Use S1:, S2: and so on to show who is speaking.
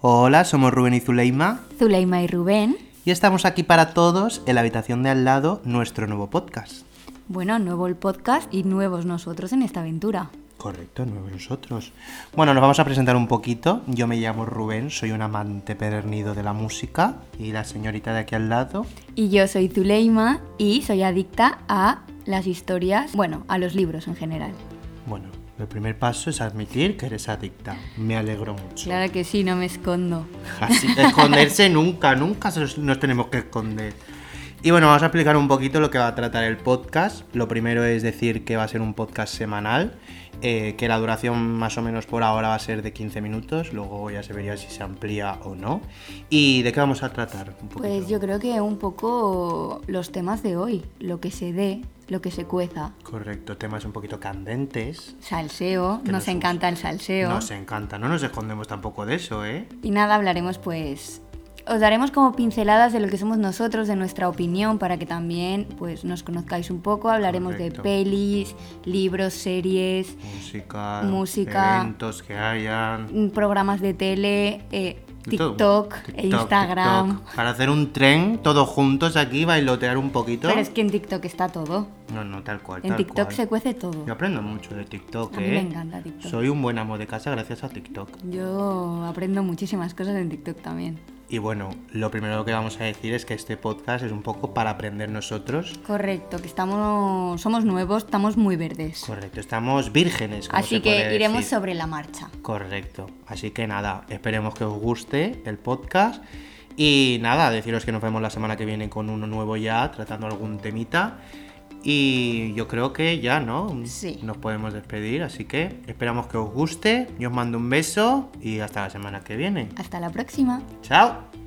S1: Hola, somos Rubén y Zuleima
S2: Zuleima y Rubén.
S1: y estamos aquí para todos en la habitación de al lado, nuestro nuevo podcast.
S2: Bueno, nuevo el podcast y nuevos nosotros en esta aventura.
S1: Correcto, nuevos nosotros. Bueno, nos vamos a presentar un poquito. Yo me llamo Rubén, soy un amante pernido de la música y la señorita de aquí al lado.
S2: Y yo soy Zuleima y soy adicta a las historias, bueno, a los libros en general.
S1: Bueno, el primer paso es admitir que eres adicta. Me alegro mucho.
S2: Claro que sí, no me escondo.
S1: Así, esconderse nunca, nunca se- nos tenemos que esconder. Y bueno, vamos a explicar un poquito lo que va a tratar el podcast. Lo primero es decir que va a ser un podcast semanal, eh, que la duración más o menos por ahora va a ser de 15 minutos, luego ya se vería si se amplía o no. ¿Y de qué vamos a tratar? Un
S2: Pues
S1: poquito?
S2: yo creo que un poco los temas de hoy, lo que se dé, lo que se cueza.
S1: Correcto, temas un poquito candentes.
S2: Salseo,
S1: Que
S2: nos
S1: nos-
S2: encanta el salseo.
S1: Nos encanta, no nos escondemos tampoco de eso, ¿eh?
S2: Y nada, hablaremos pues... Os daremos como pinceladas de lo que somos nosotros, de nuestra opinión, para que también pues nos conozcáis un poco. Hablaremos
S1: Correcto.
S2: de pelis, libros, series,
S1: Música,
S2: Música.
S1: eventos que hayan.
S2: mm, programas de tele, eh,
S1: De todo.
S2: TikTok, e
S1: TikTok,
S2: Instagram.
S1: TikTok. Para hacer un tren todos juntos aquí, bailotear un poquito.
S2: Pero es que en TikTok está todo.
S1: No, no, tal cual.
S2: En
S1: tal
S2: TikTok
S1: cual.
S2: se cuece todo.
S1: Yo aprendo mucho de TikTok,
S2: A mí
S1: ¿eh?
S2: me encanta TikTok.
S1: Soy un buen amo de casa gracias a TikTok.
S2: Yo aprendo muchísimas cosas en TikTok también.
S1: Y bueno, lo primero que vamos a decir es que este podcast es un poco para aprender nosotros.
S2: Correcto, que estamos, somos nuevos, estamos muy verdes.
S1: Correcto, estamos vírgenes. como
S2: Así
S1: se
S2: que
S1: puede
S2: iremos
S1: decir.
S2: sobre la marcha.
S1: Correcto. Así que nada, esperemos que os guste el podcast. Y nada, deciros que nos vemos la semana que viene con uno nuevo ya, tratando algún temita. Y yo creo que ya, ¿no?
S2: Sí.
S1: Nos podemos despedir, así que esperamos que os guste. Yo os mando un beso y hasta la semana que viene.
S2: Hasta la próxima.
S1: ¡Chao!